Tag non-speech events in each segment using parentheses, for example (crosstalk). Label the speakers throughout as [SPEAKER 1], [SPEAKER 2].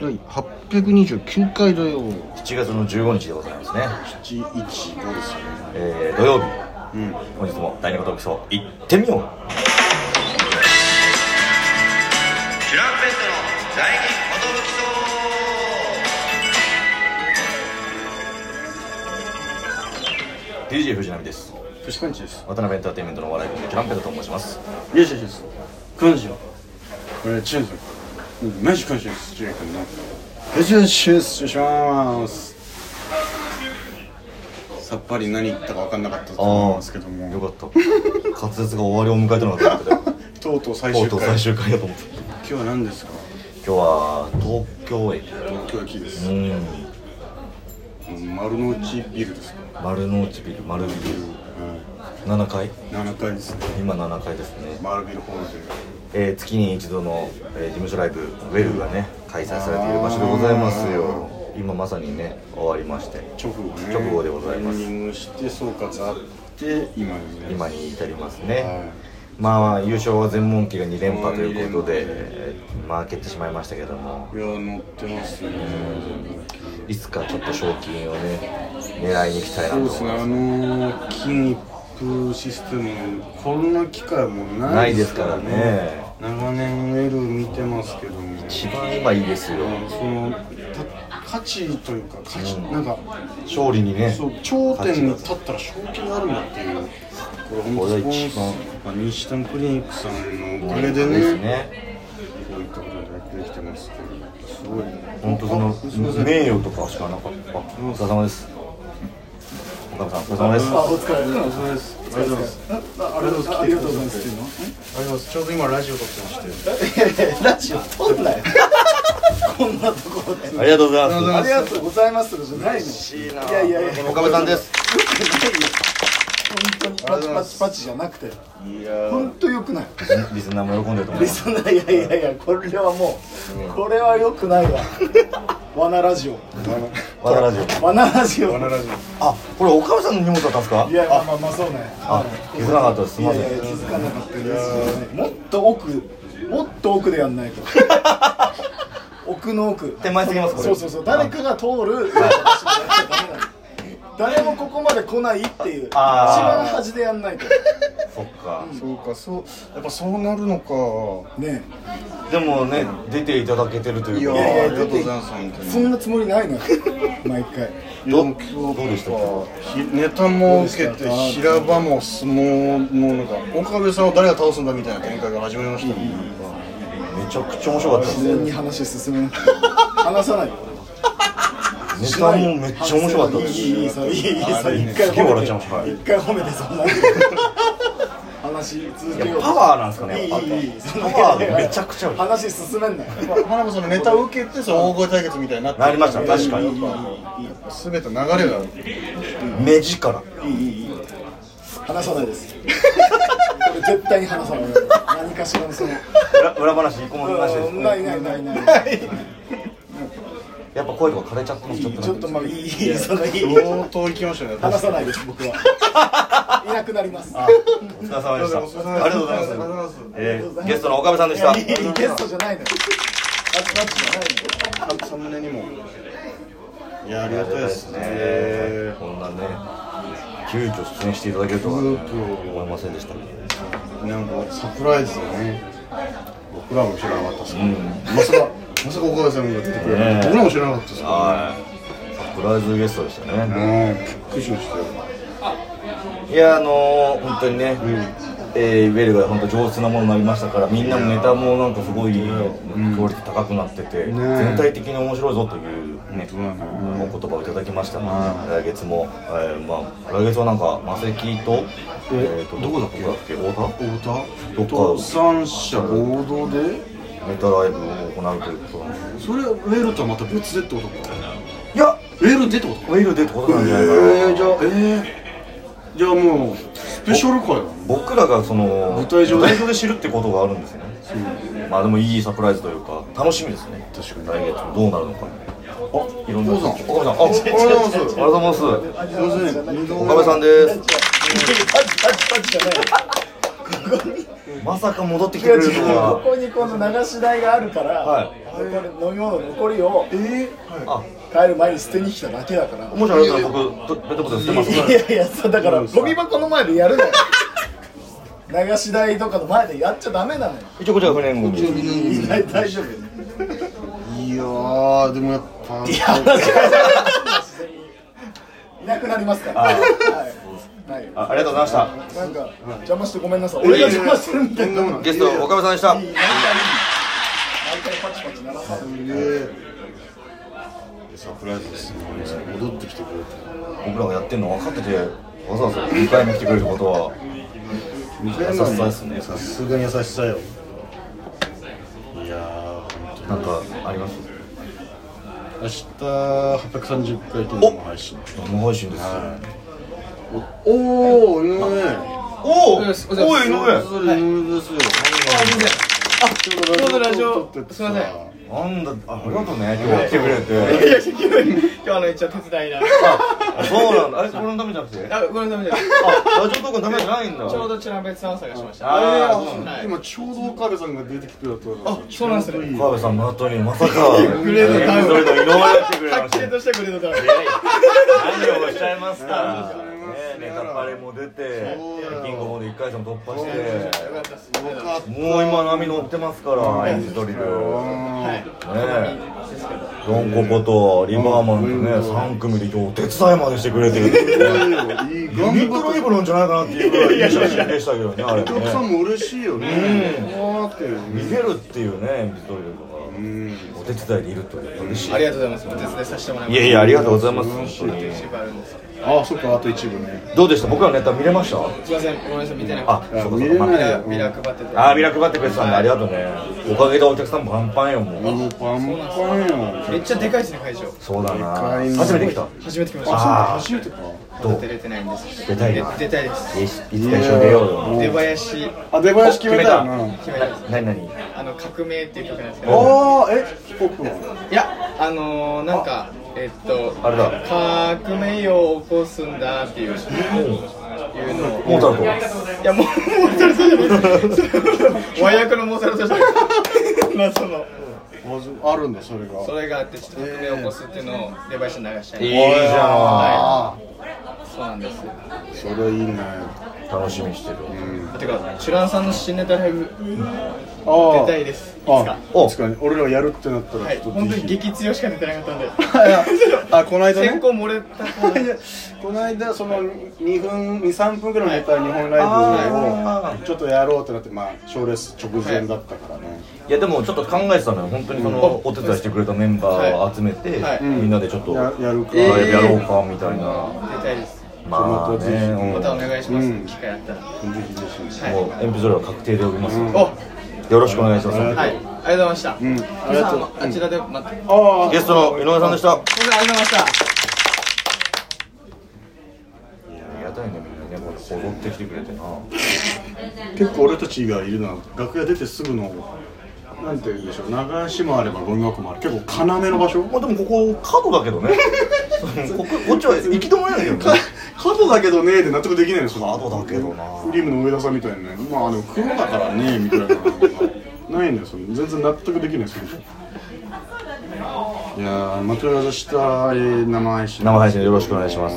[SPEAKER 1] 第829回だよ
[SPEAKER 2] 7月の15日でございますね、
[SPEAKER 1] 715ですよね
[SPEAKER 2] えー、土曜日
[SPEAKER 1] うん
[SPEAKER 2] 本日も第二こと基礎行ってみよう
[SPEAKER 3] キュランペットの第二音
[SPEAKER 2] DJ 藤波です
[SPEAKER 1] プシパンチです
[SPEAKER 2] 渡辺エンターテインメントのお笑いコンビキャランペットと申します
[SPEAKER 4] よしよしよし感謝
[SPEAKER 1] これチェーンソ
[SPEAKER 4] うんマジ感謝ですジュエ君の
[SPEAKER 1] ーよしよしよしよしますさっぱり何言ったか分かんなかったと思うんですけども
[SPEAKER 2] よかった滑舌が終わりを迎えたのかと思って
[SPEAKER 1] とうとう最
[SPEAKER 2] たと
[SPEAKER 1] 終
[SPEAKER 2] うと
[SPEAKER 1] 回
[SPEAKER 2] う最終回だと思って
[SPEAKER 1] 今日は何ですか
[SPEAKER 2] 今日は東京駅
[SPEAKER 1] 東京駅です
[SPEAKER 2] うん
[SPEAKER 1] 丸の内ビルですか
[SPEAKER 2] 丸の内ビル丸ビル7階
[SPEAKER 1] 7階ですね
[SPEAKER 2] 今7階ですね、
[SPEAKER 1] 丸ビルホールで
[SPEAKER 2] えー月に一度の、えー事務所ライブウェルがね開催されている場所でございますよ今まさにね終わりまして
[SPEAKER 1] 直後ね
[SPEAKER 2] 直後でございます
[SPEAKER 1] ランニングして総括あって今にね
[SPEAKER 2] 今に至りますね、
[SPEAKER 1] はい
[SPEAKER 2] まあ優勝は全問記が2連覇ということで、
[SPEAKER 1] うん
[SPEAKER 2] えー負けてしまいましたけども
[SPEAKER 1] いや乗ってますよね
[SPEAKER 2] いつかちょっと賞金をね狙いに行きたいな
[SPEAKER 1] そうで
[SPEAKER 2] と思います
[SPEAKER 1] すねあのー筋肉システムこんな機会もないですからね
[SPEAKER 2] ないです
[SPEAKER 1] 長年ウェル見てますけども
[SPEAKER 2] 一番今いいですよ
[SPEAKER 1] そのた価値というか価値、なんか
[SPEAKER 2] 勝利にね
[SPEAKER 1] そう頂点に立ったら賞金あるんだっていうこれ
[SPEAKER 2] こ
[SPEAKER 1] 本
[SPEAKER 2] れが
[SPEAKER 1] 当に
[SPEAKER 2] 一番
[SPEAKER 1] まあ西田クリニックさんのお
[SPEAKER 2] お
[SPEAKER 1] かげでね
[SPEAKER 2] ですね
[SPEAKER 1] こういったことができてますけどすごい
[SPEAKER 2] 本当そ
[SPEAKER 1] あすいま
[SPEAKER 2] の
[SPEAKER 1] せん
[SPEAKER 2] 名誉とかしかなかったあお疲れ様です岡部さんお疲れ様です
[SPEAKER 1] あお疲れ様です。ありがとうございます。ありがとうございます。ありがとうございます。ありがとうございます。ちょうど今ラジオ撮ってまして。
[SPEAKER 5] ラジオ撮んなよこんなところで
[SPEAKER 2] ありがとうございます
[SPEAKER 5] ありがとうございますじゃないのいやいやいや
[SPEAKER 2] 岡部さんです
[SPEAKER 5] 本当にパチパチパチじゃなくて
[SPEAKER 1] いや
[SPEAKER 5] 本当よくない
[SPEAKER 2] リスナーも喜んでると思い
[SPEAKER 5] リ
[SPEAKER 2] ます
[SPEAKER 5] スナーいやいやいやこれはもうこれはよくないわわなラジオ
[SPEAKER 2] わらラジオ
[SPEAKER 5] わなラジオ
[SPEAKER 1] ラジオ。
[SPEAKER 2] あこれ岡部さんの荷物だったんですか
[SPEAKER 5] いやまあまあまあそうね
[SPEAKER 2] あ気づかなかったですす
[SPEAKER 5] い
[SPEAKER 2] みま
[SPEAKER 5] や
[SPEAKER 2] せ
[SPEAKER 5] い
[SPEAKER 2] ん
[SPEAKER 5] や気づかなかったですもっと奥もっと奥でやんない
[SPEAKER 2] (laughs)
[SPEAKER 5] と奥の奥
[SPEAKER 2] 手前すぎますこれ
[SPEAKER 5] そうそうそう誰かが通る誰もここまで来ないっていう一
[SPEAKER 2] あー
[SPEAKER 5] 番端でやんないと
[SPEAKER 2] そっか
[SPEAKER 1] そうか、そう、やっぱそうなるのか。
[SPEAKER 5] ね
[SPEAKER 2] でもね出ていただけてるというか
[SPEAKER 5] いやいや
[SPEAKER 1] ありがとうございます。本当
[SPEAKER 5] え
[SPEAKER 1] に。
[SPEAKER 5] そんなつもりないのよ毎回
[SPEAKER 2] ど
[SPEAKER 1] 今日は
[SPEAKER 2] どうでした今
[SPEAKER 1] ひネタも受けて平場も相撲もなんか岡部さんを誰が倒すんだみたいな展開が始まりましたもんなんか
[SPEAKER 2] めちゃくちゃ面白かったです
[SPEAKER 5] 自然に話進めなくて話さないよ
[SPEAKER 2] ネタもめっちゃ面白かった
[SPEAKER 5] い
[SPEAKER 2] で
[SPEAKER 5] い
[SPEAKER 2] す
[SPEAKER 5] いいいいそういいいいそう一
[SPEAKER 2] す
[SPEAKER 5] 回
[SPEAKER 2] げえ
[SPEAKER 5] 褒
[SPEAKER 2] 笑
[SPEAKER 5] め
[SPEAKER 2] っち
[SPEAKER 5] て
[SPEAKER 2] ゃいましたはい
[SPEAKER 5] 一回褒めてそんなに話続けよう
[SPEAKER 2] いやパワーなんですかね
[SPEAKER 5] いい
[SPEAKER 2] やっぱ
[SPEAKER 5] いいいいそんな
[SPEAKER 2] パワーがめちゃくちゃある
[SPEAKER 5] 話進めんなよ
[SPEAKER 1] 花子さんのネタを受けてその大声対決みたいになって
[SPEAKER 2] なりました確かに
[SPEAKER 1] すべて流れが
[SPEAKER 2] 目力
[SPEAKER 5] 話さないです。これ絶対に話さない。何かしらのその。
[SPEAKER 2] 裏裏話一個もなしです
[SPEAKER 5] ないないないない。
[SPEAKER 2] やっぱ声とか枯れちゃってますちょっと
[SPEAKER 5] ちょっとまあいいいいそのいい。
[SPEAKER 1] 相当いきましたね
[SPEAKER 5] 話さないです僕は。いなくなります。
[SPEAKER 2] お疲れ様でしたありがとうございます
[SPEAKER 1] ます
[SPEAKER 2] えーゲストの岡部さんでした
[SPEAKER 5] いやいいゲストじゃないのよ。パチパチじゃないのよ。
[SPEAKER 1] サムネにもいやあ
[SPEAKER 2] あ
[SPEAKER 1] りがたいです
[SPEAKER 2] ね
[SPEAKER 1] ね
[SPEAKER 2] こんなね急遽出演していただけるとはね
[SPEAKER 1] 急遽
[SPEAKER 2] 思いませんでした
[SPEAKER 1] なんかサプライズだね僕らも知らなかったですねまさかまさか岡部さんが来てくれる
[SPEAKER 2] ね
[SPEAKER 1] 僕らも知らなかったですから
[SPEAKER 2] はいサプライズゲストでしたね
[SPEAKER 1] ねびっくりしましたよ
[SPEAKER 2] いやあのー、本当にね、えー、ウェルが本当上質なものになりましたからみんなのネタもなんかすごいクオリティ高くなってて、
[SPEAKER 1] ね
[SPEAKER 2] 全体的に面白いぞというね、
[SPEAKER 1] だね
[SPEAKER 2] お言葉をいただきました、来月も、えーまあ、来月はなんかマセキとえーと
[SPEAKER 1] どこだっけ
[SPEAKER 2] 太田
[SPEAKER 1] 太
[SPEAKER 2] どっ
[SPEAKER 1] 田
[SPEAKER 2] か
[SPEAKER 1] と三者合同で
[SPEAKER 2] ネタライブを行うということなんです
[SPEAKER 1] それウェルとはまた別でってことか
[SPEAKER 2] いや
[SPEAKER 1] ウェルでってことか
[SPEAKER 2] ウェルでってことなんじゃないかな、
[SPEAKER 1] えー、じゃあえー、じゃあもうスペシャル会だね
[SPEAKER 2] 僕らがその
[SPEAKER 1] 舞台上で
[SPEAKER 2] 舞で知るってことがあるんですねまあでもいいサプライズというか楽しみですね確かに来月どうなるのかあいろんな
[SPEAKER 1] そう
[SPEAKER 2] 岡部さんあおはようございますおはようございます
[SPEAKER 1] すいません二度
[SPEAKER 2] 岡部さんです
[SPEAKER 5] パチパチパチじゃないのよ。
[SPEAKER 2] まさか戻ってき
[SPEAKER 5] い
[SPEAKER 2] てく
[SPEAKER 5] や
[SPEAKER 2] れる
[SPEAKER 5] 違
[SPEAKER 2] と
[SPEAKER 5] うこ
[SPEAKER 2] は
[SPEAKER 5] こにこの流し台があるから、
[SPEAKER 2] はい
[SPEAKER 5] あ残り飲み物の残りを
[SPEAKER 2] あ
[SPEAKER 5] 帰る前に捨てに来ただけだから
[SPEAKER 2] もしあれだったら僕とペットボトル捨てます
[SPEAKER 5] いやいやさだからゴミ箱の前でやるなよ (laughs) 流し台とかの前でやっちゃダメなのよ
[SPEAKER 2] 一応こっちは不燃ゴミです
[SPEAKER 5] いない大丈夫よ
[SPEAKER 1] いやーでもやっぱ
[SPEAKER 5] いや話がいなくなりますからはい、はい
[SPEAKER 2] あありがとうございまし
[SPEAKER 5] なんか邪魔してごめんなさい。俺が邪魔してるみたいな。毎
[SPEAKER 2] たゲスト岡部さんでした
[SPEAKER 5] 回パチパチ鳴らされる。
[SPEAKER 4] サプライズですね
[SPEAKER 1] 戻ってきてくれて
[SPEAKER 2] 僕らがやってるの分かっててわざわざ2回も来てくれることは優しさですね
[SPEAKER 1] さすがに優しさよいやー
[SPEAKER 2] なんかあります
[SPEAKER 1] 明日830回転の配信
[SPEAKER 2] 生配信です
[SPEAKER 1] おお井上
[SPEAKER 2] おお
[SPEAKER 6] おはようございます
[SPEAKER 2] おい井上
[SPEAKER 1] それ井上ですよ
[SPEAKER 6] ちょうどラジ
[SPEAKER 1] 撮
[SPEAKER 6] オ
[SPEAKER 1] ってて
[SPEAKER 6] すいません
[SPEAKER 1] さ
[SPEAKER 2] なんだあありがとうね今日来てくれて
[SPEAKER 6] いや急に今日あの一応手伝いな
[SPEAKER 2] あそうなんだあれこれのためじゃなくて
[SPEAKER 6] あごめんなさい
[SPEAKER 2] あラジオトークのためじゃないんだ
[SPEAKER 6] ちょうどチランペットさんを探しまし
[SPEAKER 2] あー
[SPEAKER 6] た
[SPEAKER 2] そうなんだ
[SPEAKER 6] はい
[SPEAKER 1] 今ちょうど岡部さんが出てきてくれたと
[SPEAKER 6] あそうなんです
[SPEAKER 2] 川
[SPEAKER 6] ね
[SPEAKER 2] 辺さんの後にまさかグ
[SPEAKER 6] レードダウン
[SPEAKER 2] それと井上が来てくれまし
[SPEAKER 6] き
[SPEAKER 2] た
[SPEAKER 6] れ
[SPEAKER 2] ね
[SPEAKER 6] としたグレードだ
[SPEAKER 2] 何をおっしゃいますか
[SPEAKER 1] ありがとうございます
[SPEAKER 2] ねネタパレも出て
[SPEAKER 1] そう
[SPEAKER 2] キングもで1回戦も突破し
[SPEAKER 6] よか
[SPEAKER 2] て
[SPEAKER 6] ったですね
[SPEAKER 2] もう今波乗ってますからエンジトリルね
[SPEAKER 6] はい
[SPEAKER 2] ロンコことリバーマンとね3組で今日お手伝いまでしてくれてるっていう
[SPEAKER 1] い
[SPEAKER 2] ね
[SPEAKER 1] い
[SPEAKER 2] ユニッ
[SPEAKER 1] 頑
[SPEAKER 2] トラ
[SPEAKER 1] 張
[SPEAKER 2] イ
[SPEAKER 1] っ
[SPEAKER 2] ブなんじゃないかなっていうぐらいいい写真でしたけどねあれ
[SPEAKER 1] てお客さん
[SPEAKER 2] ね
[SPEAKER 1] も嬉しいよねわーって
[SPEAKER 2] 見れるっていうねエンジトリルとかお手伝いでいるというのは嬉しい
[SPEAKER 6] ありがとうございますお手伝いさせてもらい
[SPEAKER 2] い
[SPEAKER 6] ま
[SPEAKER 2] や
[SPEAKER 6] す
[SPEAKER 2] いやありがとうございます本当に
[SPEAKER 6] 一部あるんですけど
[SPEAKER 1] あそっかあと一部ね
[SPEAKER 2] どうでした僕らのネタ見れました
[SPEAKER 6] すいませんごめんなさい見てなくて
[SPEAKER 2] あそうかそうか
[SPEAKER 1] 見れない
[SPEAKER 6] ビラ配ってて
[SPEAKER 2] あービラ配ってくれてたんでありがとうねおかげでお客さんもパンパンよもう
[SPEAKER 1] もうパンパンよ
[SPEAKER 6] めっちゃでかいですね会場
[SPEAKER 2] そうだな
[SPEAKER 1] でかいな
[SPEAKER 2] 初めて来た
[SPEAKER 6] 初めて来ました
[SPEAKER 2] あ
[SPEAKER 1] 初めてか
[SPEAKER 2] あど
[SPEAKER 6] 出
[SPEAKER 2] う
[SPEAKER 6] れてないんです
[SPEAKER 2] 出たいな
[SPEAKER 6] で出たいです
[SPEAKER 2] いつか一緒に出ようよ
[SPEAKER 6] 出囃子
[SPEAKER 1] あ出囃子決めたよな
[SPEAKER 6] 決めたんです
[SPEAKER 2] なになに
[SPEAKER 6] あの革命っていう曲なんですけど
[SPEAKER 1] あーえヒップホップはい
[SPEAKER 6] やあのー、なんかえっと
[SPEAKER 2] あれだ
[SPEAKER 6] 革命を起こすんだっていういうのを
[SPEAKER 2] モーツァルト
[SPEAKER 6] いやもうモーツァルトじゃない和訳のモーツァルトじゃないまあその
[SPEAKER 1] あるんだそれが
[SPEAKER 6] それがあってちょっと革命を起こすっていうのを出囃子に流した
[SPEAKER 2] いい
[SPEAKER 6] り、
[SPEAKER 2] じゃ
[SPEAKER 1] あ
[SPEAKER 6] そうなんです
[SPEAKER 1] ーそれいいね
[SPEAKER 2] ん楽しみにしてる
[SPEAKER 6] てかチュランさんの新ネタライブ
[SPEAKER 1] あ
[SPEAKER 6] 出たいですいつ
[SPEAKER 1] あ
[SPEAKER 6] か
[SPEAKER 2] お
[SPEAKER 1] 確かに俺らやるってなった
[SPEAKER 6] は
[SPEAKER 1] ら
[SPEAKER 6] い
[SPEAKER 1] ちょっ
[SPEAKER 6] 本
[SPEAKER 1] と
[SPEAKER 6] 当
[SPEAKER 1] ぜ
[SPEAKER 6] に
[SPEAKER 1] ひ
[SPEAKER 6] 激強しか出てなかったん
[SPEAKER 1] いや
[SPEAKER 6] で
[SPEAKER 1] あこの間ね
[SPEAKER 6] 先行漏れた方が
[SPEAKER 1] いやこの間その2分23分ぐらいのネタ日本ライブをちょっとやろうってなってまあ賞レース直前だったからね
[SPEAKER 2] いやでもちょっと考えてたのよ本当にそのお手伝いしてくれたメンバーを集めて
[SPEAKER 6] はい
[SPEAKER 2] みんなでちょっと
[SPEAKER 1] や
[SPEAKER 2] ラ
[SPEAKER 1] やるか
[SPEAKER 2] イブやろうかみたいな
[SPEAKER 6] 出たいです
[SPEAKER 2] まあねうん
[SPEAKER 6] またお願いします、
[SPEAKER 1] うん
[SPEAKER 6] 機会あったら
[SPEAKER 1] ぜひぜひ
[SPEAKER 6] はい
[SPEAKER 2] もう鉛筆ドラは確定で呼びます
[SPEAKER 6] お
[SPEAKER 2] よろしくお願いします
[SPEAKER 6] はい、ありがとうございました。
[SPEAKER 1] んありがとう
[SPEAKER 6] 皆さんあちらで待って。
[SPEAKER 1] ああ
[SPEAKER 2] ゲストの井上さんでしたあ
[SPEAKER 6] すいませんありがとうございました。
[SPEAKER 2] りがたいねみんなねこう踊ってきてくれてな
[SPEAKER 1] 結構俺たちがいるのは楽屋出てすぐのなんて言うんでしょう流しもあればゴミ箱もある結構要の場所
[SPEAKER 2] まあでもここ角だけどねこここっちは行き止まりなんだけどね
[SPEAKER 1] 角だけどねーって納得できないのその
[SPEAKER 2] 角だけどな
[SPEAKER 1] クリームの上田さんみたいなねまあでも黒だからねみたいなのがないんだよその全然納得できないそれじゃいやーまた明日、えー、生配信
[SPEAKER 2] 生配信よろしくお願いします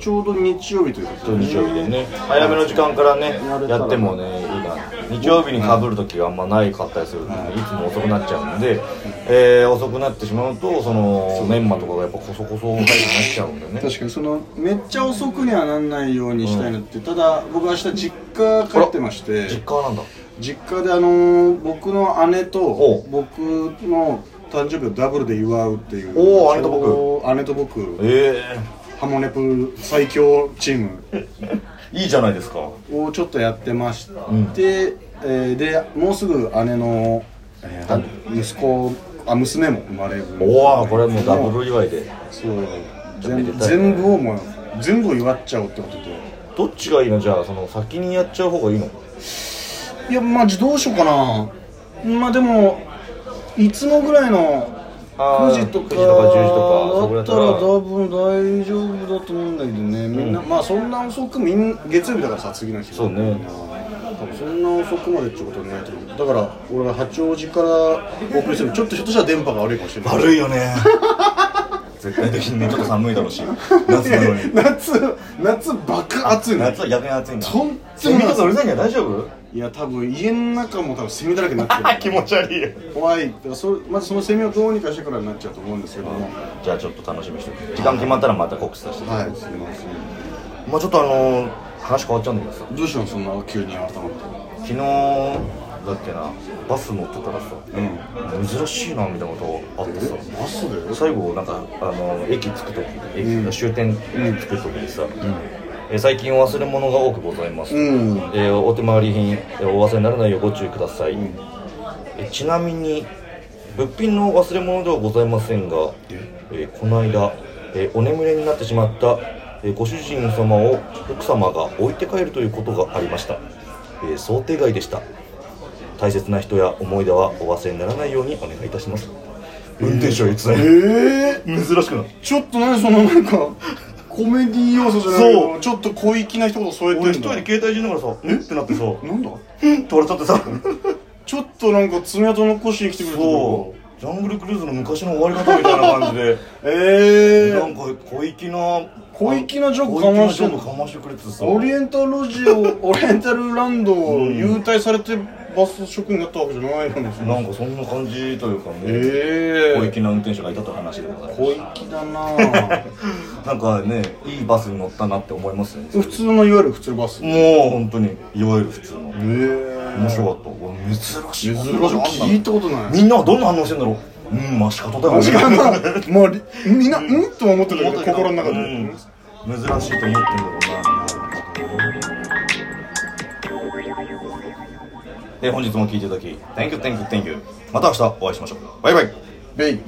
[SPEAKER 1] ちょうど日曜日ということ
[SPEAKER 2] 日曜日でね早めの時間からね
[SPEAKER 1] れたら
[SPEAKER 2] やってもねいいな日曜日にかぶる時があんまないかったりするんで、い、つも遅くなっちゃうんで、えー遅くなってしまうとそのメンマとかがやっぱこそこそ入ってなっちゃうんでね
[SPEAKER 1] 確かにそのめっちゃ遅くにはなんないようにしたいなって、ただ僕明日実家帰ってまして
[SPEAKER 2] 実家はなんだ
[SPEAKER 1] 実家であのー僕の姉
[SPEAKER 2] お
[SPEAKER 1] と僕の誕生日をダブルで祝うっていう
[SPEAKER 2] おー姉と僕
[SPEAKER 1] 姉と僕
[SPEAKER 2] え
[SPEAKER 1] ハモネプ最強チーム
[SPEAKER 2] えいいじゃないですか
[SPEAKER 1] をちょっとやってまして、えーでもうすぐ姉の、えー息子あ娘も生まれる
[SPEAKER 2] おおこれもうダブル祝いで
[SPEAKER 1] そう全全部をもう全部を祝っちゃおうってことで
[SPEAKER 2] どっちがいいのじゃあその先にやっちゃう方がいいの
[SPEAKER 1] いやまあどうしようかなまあでもいつもぐらいの
[SPEAKER 2] あ
[SPEAKER 1] 9
[SPEAKER 2] ー
[SPEAKER 1] 時とか
[SPEAKER 2] 9時とか10時とかそこ
[SPEAKER 1] だ
[SPEAKER 2] ら
[SPEAKER 1] っ
[SPEAKER 2] 辺
[SPEAKER 1] たら多分大丈夫だと思うんだけどねみんな、まあそんな遅くみん月曜日だからさ次の日
[SPEAKER 2] そうね
[SPEAKER 1] あそんな遅くまでってことはないと思うだから俺は八王子からお送りするのちょっとひょっとしたら電波が悪いかもしれない
[SPEAKER 2] 悪いよね (laughs) 絶対的にねちょっと寒いだろうし夏なのに
[SPEAKER 1] (laughs) 夏夏バカ暑いの
[SPEAKER 2] 夏は逆に暑いんだ
[SPEAKER 1] 本当
[SPEAKER 2] セ
[SPEAKER 1] に
[SPEAKER 2] ミとかうるさいんじゃない大丈夫
[SPEAKER 1] いや多分家の中も多分セミだらけになってる
[SPEAKER 2] 気持ち悪いよ
[SPEAKER 1] 怖いだからそれまずそのセミをどうにかしてからになっちゃうと思うんですけども
[SPEAKER 2] じゃあちょっと楽しみにしておく時間決まったらまた告知させて
[SPEAKER 1] はいすみません
[SPEAKER 2] まあちょっとあのー話変わっちゃうんだけどさ
[SPEAKER 1] どうしたのそんな急に改まって
[SPEAKER 2] 昨日だっけなバス乗ってたらさ、珍しいなみたいなことあってさ
[SPEAKER 1] マスで
[SPEAKER 2] 最後なんかあの駅着く時駅、終点着く時にさ、えー最近お忘れ物が多くございます、
[SPEAKER 1] ん
[SPEAKER 2] えーお手回り品、えーお忘れにならないようご注意ください、えーちなみに物品の忘れ物ではございませんが、えーこの間、えーお眠れになってしまった、えーご主人様を奥様が置いて帰るということがありました、えー想定外でした大切な人や思い出はお忘れにならないようにお願いいたします運転手は言ってたよ、
[SPEAKER 1] ええ
[SPEAKER 2] 珍しくない
[SPEAKER 1] ちょっと何そのなんかコメディ要素じゃない
[SPEAKER 2] そ
[SPEAKER 1] のちょっと小粋な一言添えてる
[SPEAKER 2] 俺一
[SPEAKER 1] ん
[SPEAKER 2] 人
[SPEAKER 1] だ
[SPEAKER 2] で携帯いじりながらさ「えっ?」てなってさ「うん?
[SPEAKER 1] なんだ」
[SPEAKER 2] って言われちゃってさ
[SPEAKER 1] ちょっとなんか爪痕残しに来てくれた
[SPEAKER 2] そうジャングルクルーズの昔の終わり方みたいな感じで
[SPEAKER 1] うええ
[SPEAKER 2] なんか小粋な
[SPEAKER 1] 小粋なジョーク
[SPEAKER 2] 小粋
[SPEAKER 1] 我
[SPEAKER 2] な
[SPEAKER 1] 慢し
[SPEAKER 2] ジ
[SPEAKER 1] て
[SPEAKER 2] ョ
[SPEAKER 1] ん
[SPEAKER 2] ブ
[SPEAKER 1] の
[SPEAKER 2] かましてくれてさ
[SPEAKER 1] オリエンタルロジオ
[SPEAKER 2] (laughs)
[SPEAKER 1] オリエンタルランドを優退されてバス職員になったわけじゃないのに
[SPEAKER 2] なんかそんな感じというかね、
[SPEAKER 1] ええ
[SPEAKER 2] 小粋な運転手がいたという話でございま
[SPEAKER 1] 小粋だなぁ
[SPEAKER 2] すなんかねいいバスに乗ったなって思いますね
[SPEAKER 1] 普通のいわゆる普通バスえ
[SPEAKER 2] もう本当にいわゆる普通の
[SPEAKER 1] え
[SPEAKER 2] 面白かったうわ珍し
[SPEAKER 1] 珍
[SPEAKER 2] い
[SPEAKER 1] しい聞いたことない
[SPEAKER 2] みんなはどんな反応してんだろううんまあ仕方だよね
[SPEAKER 1] 確かになまありみんなうんとは思ってたけど心の中で、
[SPEAKER 2] うん珍しいと思ってんだろうなえー本日も聞いていただき Thank you, thank you, thank you また明日お会いしましょうバイバイ
[SPEAKER 1] ベイ